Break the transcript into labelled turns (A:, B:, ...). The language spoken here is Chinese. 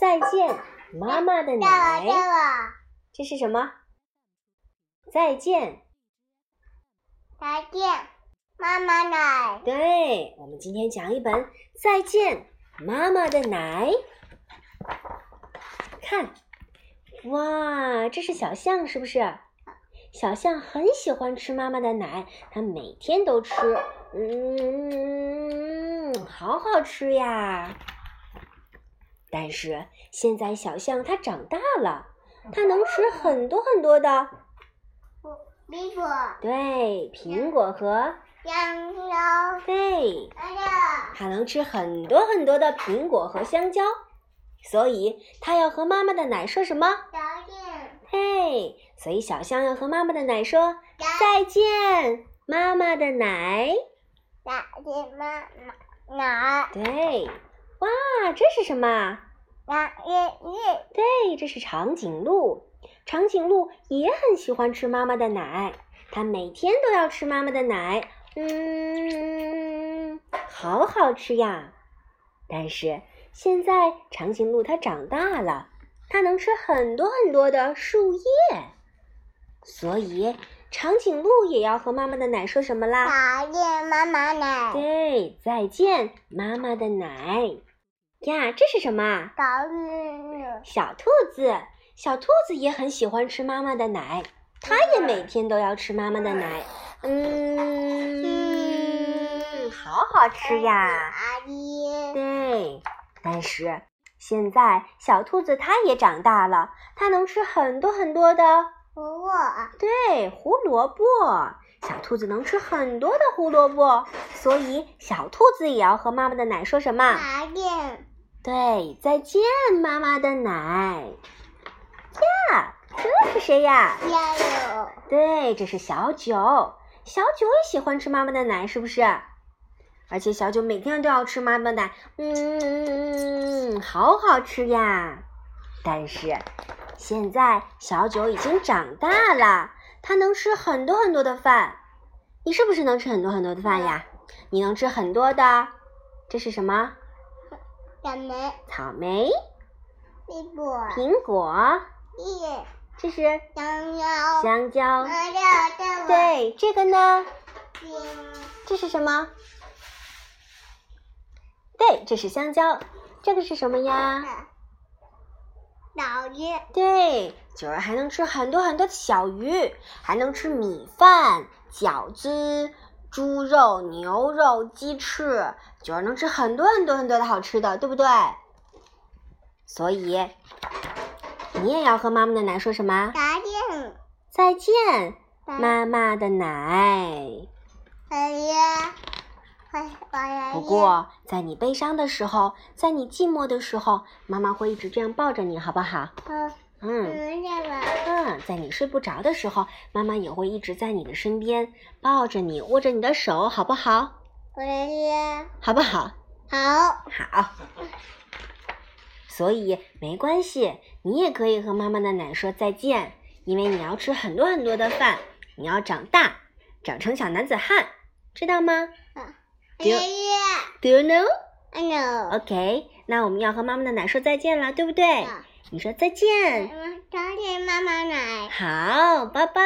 A: 再见，妈妈的奶。
B: 了，
A: 这是什么？再见。
B: 再见，妈妈奶。
A: 对，我们今天讲一本《再见，妈妈的奶》。看，哇，这是小象，是不是？小象很喜欢吃妈妈的奶，它每天都吃。嗯，好好吃呀！但是现在小象它长大了，它能吃很多很多的，
B: 苹果，
A: 对，苹果和
B: 香蕉，
A: 对，
B: 哎呀，
A: 它能吃很多很多的苹果和香蕉，所以它要和妈妈的奶说什么？
B: 再见，
A: 嘿，所以小象要和妈妈的奶说再见，妈妈的奶。
B: 再见，妈妈奶。
A: 对，哇，这是什么啊？
B: 再见，日
A: 对，这是长颈鹿。长颈鹿也很喜欢吃妈妈的奶，它每天都要吃妈妈的奶。嗯，好好吃呀！但是现在长颈鹿它长大了，它能吃很多很多的树叶，所以长颈鹿也要和妈妈的奶说什么啦？
B: 再见，妈妈奶。
A: 对，再见，妈妈的奶呀！这是什么啊？
B: 早日，
A: 小兔子，小兔子也很喜欢吃妈妈的奶，它也每天都要吃妈妈的奶。嗯，好好吃呀。
B: 阿姨，
A: 对，但是现在小兔子它也长大了，它能吃很多很多的，
B: 不过，
A: 对，胡萝卜。小兔子能吃很多的胡萝卜，所以小兔子也要和妈妈的奶说什么？
B: 再见，
A: 对，再见，妈妈的奶。呀，这是谁呀？
B: 加油，
A: 对，这是小九。小九也喜欢吃妈妈的奶，是不是？而且小九每天都要吃妈妈的奶，嗯，好好吃呀。但是现在小九已经长大了，它能吃很多很多的饭。你是不是能吃很多很多的饭呀？你能吃很多的，这是什么？
B: 小梅，
A: 草莓、
B: 苹果，
A: 苹果，
B: 叶，
A: 这是
B: 香蕉，
A: 香蕉。
B: 妈呀，这我
A: 对，这个呢，
B: 听。
A: 这是什么？对，这是香蕉。这个是什么呀？
B: 老爷，
A: 对，九儿还能吃很多很多的小鱼，还能吃米饭、饺子、猪肉、牛肉、鸡翅。九儿能吃很多很多很多的好吃的，对不对？所以，你也要和妈妈的奶说什么？
B: 打电，
A: 再见，
B: 打
A: 妈妈的奶。
B: 老爷，快把爷。
A: 不，过，在你悲伤的时候，在你寂寞的时候，妈妈会一直这样抱着你，好不好？
B: 嗯，
A: 嗯
B: 这个
A: 嗯，在你睡不着的时候，妈妈也会一直在你的身边，抱着你，握着你的手，好不好？
B: 我爷
A: 好不好？
B: 好，
A: 好。所以没关系，你也可以和妈妈的奶说再见，因为你要吃很多很多的饭，你要长大，长成小男子汉，知道吗
B: 爷爷，
A: ？Do you know?
B: 哎呦，
A: OK，那我们要和妈妈的奶说再见了，对不对？
B: Ờ,
A: 你说再见，
B: 早点妈妈奶。
A: 好，拜拜。